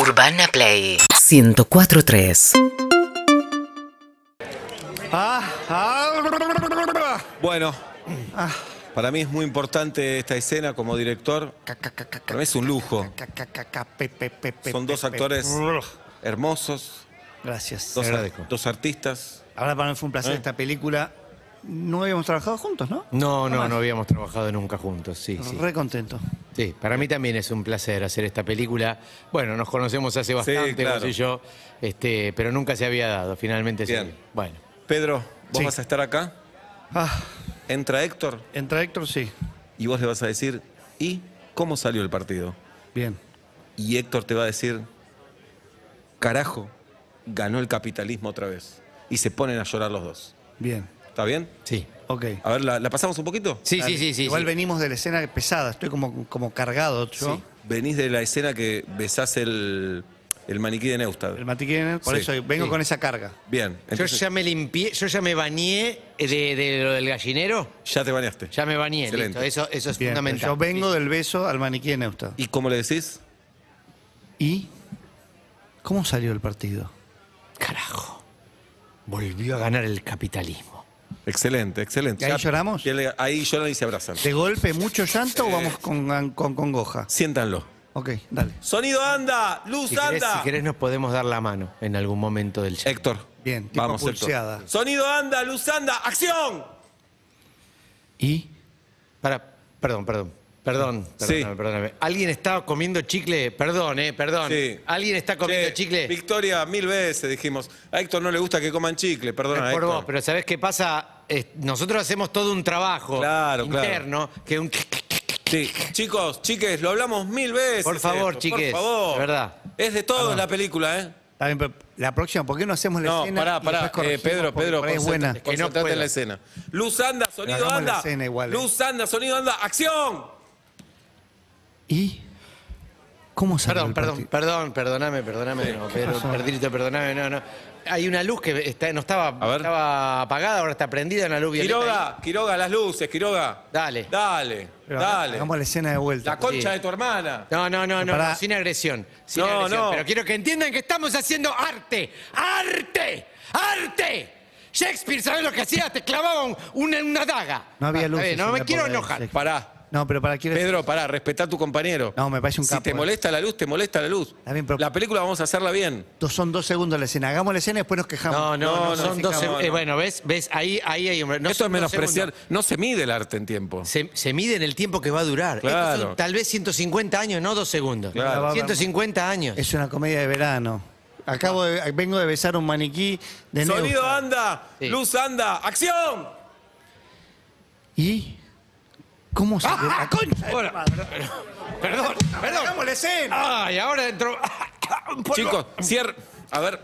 Urbana Play 1043. Ah, ah, Bueno, para mí es muy importante esta escena como director. Para mí es un lujo. Son dos actores hermosos, Gracias. dos, Te ar- agradezco. dos artistas. Ahora para mí fue un placer esta película. No habíamos trabajado juntos, ¿no? No, no, no habíamos trabajado nunca juntos, sí, sí. Re contento. Sí, para mí también es un placer hacer esta película. Bueno, nos conocemos hace bastante, claro. vos y yo, este, pero nunca se había dado, finalmente se Bien. dio. Bueno, Pedro, vos Sí. vas a estar acá. Ah, Entra Héctor entra Héctor, sí. y vos le vas a decir, ¿y cómo salió el partido? Bien. Y Héctor te va a decir, carajo, ganó el capitalismo otra vez. Y se ponen a llorar los dos. Bien. ¿Está bien? sí. Ok. A ver, ¿la, la pasamos un poquito? Sí, Dale. sí, sí, sí. Igual sí. venimos de la escena pesada. Estoy como, como cargado yo. Sí. Venís de la escena que besás el, el maniquí de Neustadt. El matiquín, por Sí, eso vengo sí. con esa carga. Bien, entonces Yo ya me limpié, yo ya me bañé de, de lo del gallinero, ya te bañaste. ya me bañé, Excelente. listo, eso, eso es Bien. fundamental. Yo vengo del beso al maniquí de Neustadt. ¿Y cómo le decís? ¿Y cómo salió el partido? Carajo, volvió a ganar el capitalismo. Excelente, ¿Y excelente. ahí Ya- lloramos? ya le- Ahí lloran y se abrazan. ¿De golpe mucho llanto o vamos con, con congoja? Siéntanlo. Ok, dale. Sonido anda, luz Si querés, anda. si querés nos podemos dar la mano en algún momento del chat. Héctor. Bien, tipo vamos, Héctor. pulseada. Sonido anda, luz anda, acción. Y. Para, perdón, perdón. Perdón, Sí. perdóname, perdóname. ¿Alguien está comiendo chicle? Perdón, eh, perdón. Sí. ¿Alguien está comiendo Che, chicle? Victoria, mil veces dijimos. A Héctor no le gusta que coman chicle, Es perdona. por Héctor. vos, pero ¿sabés qué pasa? Eh, nosotros hacemos todo un trabajo Claro, claro. interno que un. Sí, chicos, chiques, lo hablamos mil veces. Por favor, esto, chiques, Por favor. de verdad. Es de todo en la película, ¿eh? Está bien, pero la próxima, ¿por qué no hacemos la No, escena? pará, y pará. después eh, corregimos? Pedro, Porque Pedro, por ahí es buena. concentrate, concentrate puedo. en la escena. Luz anda, sonido Hagamos la anda. escena igual, eh. Luz anda, sonido anda, acción. ¿Y cómo salió Perdón, el perdón, partido? perdón, perdóname, perdóname, no, pero, pasó? Pedrito, perdóname, no, no. Hay una luz que está- no A estaba, ver. estaba apagada, ahora está prendida una luz violeta. Quiroga, Quiroga, las luces, Quiroga. Dale. Dale, Pero haga- dale. Hagamos la escena de vuelta. La concha Sí. de tu hermana. No, no, no, no, Pará. no, sin agresión. Sin No, agresión. no. Pero quiero que entiendan que estamos haciendo arte. ¡Arte! ¡Arte! Shakespeare, ¿sabes lo que hacía? Te clavaba un- una, una daga. No había Ah, está luces bien, en No la me quiero época de enojar. Shakespeare. Pará. No, pero para quiero Pedro, pará, respetá a tu compañero. No, me parece un Si capo, te eh. molesta la luz, te molesta la luz. Está bien, pero- La película vamos a hacerla bien. Dos- son dos segundos la escena. Hagamos la escena y después nos quejamos. No, no, no, no, son sí, dos no, segundos. no. bueno, ¿ves? ¿Ves? Ahí, ahí hay un... no Esto es son dos menospreciar. segundos. No se mide el arte en tiempo. Se, se mide en el tiempo que va a durar. Estos son Claro. tal vez 150 años, no dos segundos. Claro. 150 años. Es una comedia de verano. Acabo de, vengo de besar un maniquí de nuevo. Sonido anda, Sí. luz anda, acción. ¿Y cómo salió? ¡Ah, ah, concha! Bueno, perdón, Hagamos perdón. la escena. Ay, ahora entró... un polvo. Chicos, cierre. A ver.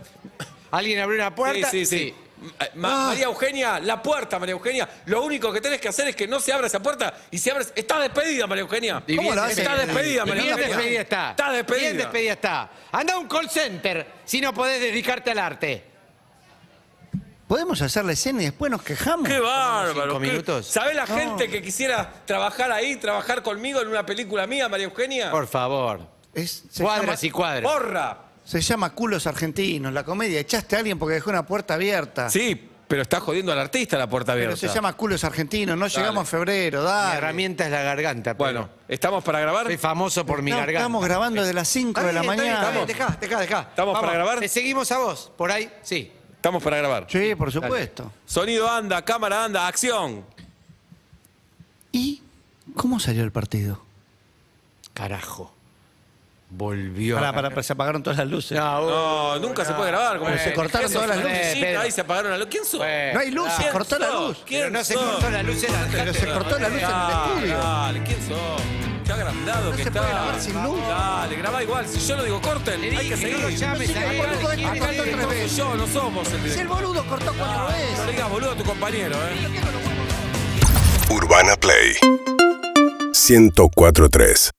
Alguien abrió una Sí, puerta. sí, sí. Eh, Ma- María Eugenia, la puerta, María Eugenia. Lo único que tenés que hacer es que no se abra esa puerta y se abre. Está despedida, María Eugenia. Y ¿Cómo bien la despedida. hace? Está despedida, Y María Bien Eugenia. despedida está. Está despedida. Bien despedida está. Anda a un call center si no podés dedicarte al arte. Podemos hacer la escena y después nos quejamos. Qué bárbaro. cinco qué- minutos. ¿Sabés la gente que quisiera trabajar ahí, trabajar conmigo en una película mía, María Eugenia? Por favor. Es- se Cuadras y llama- cuadras. Porra. Se llama Culos Argentinos, la comedia. Echaste a alguien porque dejó una puerta abierta. Sí, pero está jodiendo al artista la puerta Ah. Pero abierta. se llama Culos Argentinos, no llegamos a febrero, Mi dale. herramienta es la garganta. pero Bueno, ¿estamos para grabar? Soy famoso por mi No, garganta. Estamos grabando desde las 5 de la mañana. Dejá, dejá, dejá. ¿Estamos para grabar? Te seguimos a vos, por ahí, sí. Estamos para grabar. Sí, por supuesto. Sonido anda, cámara anda, acción. ¿Y cómo salió el partido? Carajo. Volvió. a Pará, ganar. pará, pará, se apagaron todas las luces. No, No, uh, No, nunca se puede grabar. Como Bueno, se cortaron todas las Una luces. lucecita, Pedro. Ahí se apagaron las luces. ¿Quién sos? Bueno. hay luces, ¿Quién cortó la sos? luz. ¿Quién pero no se sos? cortó la luz. era- Pero se cortó la luz en el Dale, estudio. Dale, ¿quién sos? Qué agrandado No que se está. puede grabar sin luz. Dale, grabá igual. Si yo lo digo, corten. Le Hay que dije, seguir. no lo llames a él. boludo este ¿Quién es que él? cortó tres No soy veces. yo, no somos el Si el director. boludo cortó cuatro Dale, No le veces. digas boludo a tu compañero, ¿eh? Urbana Play 1043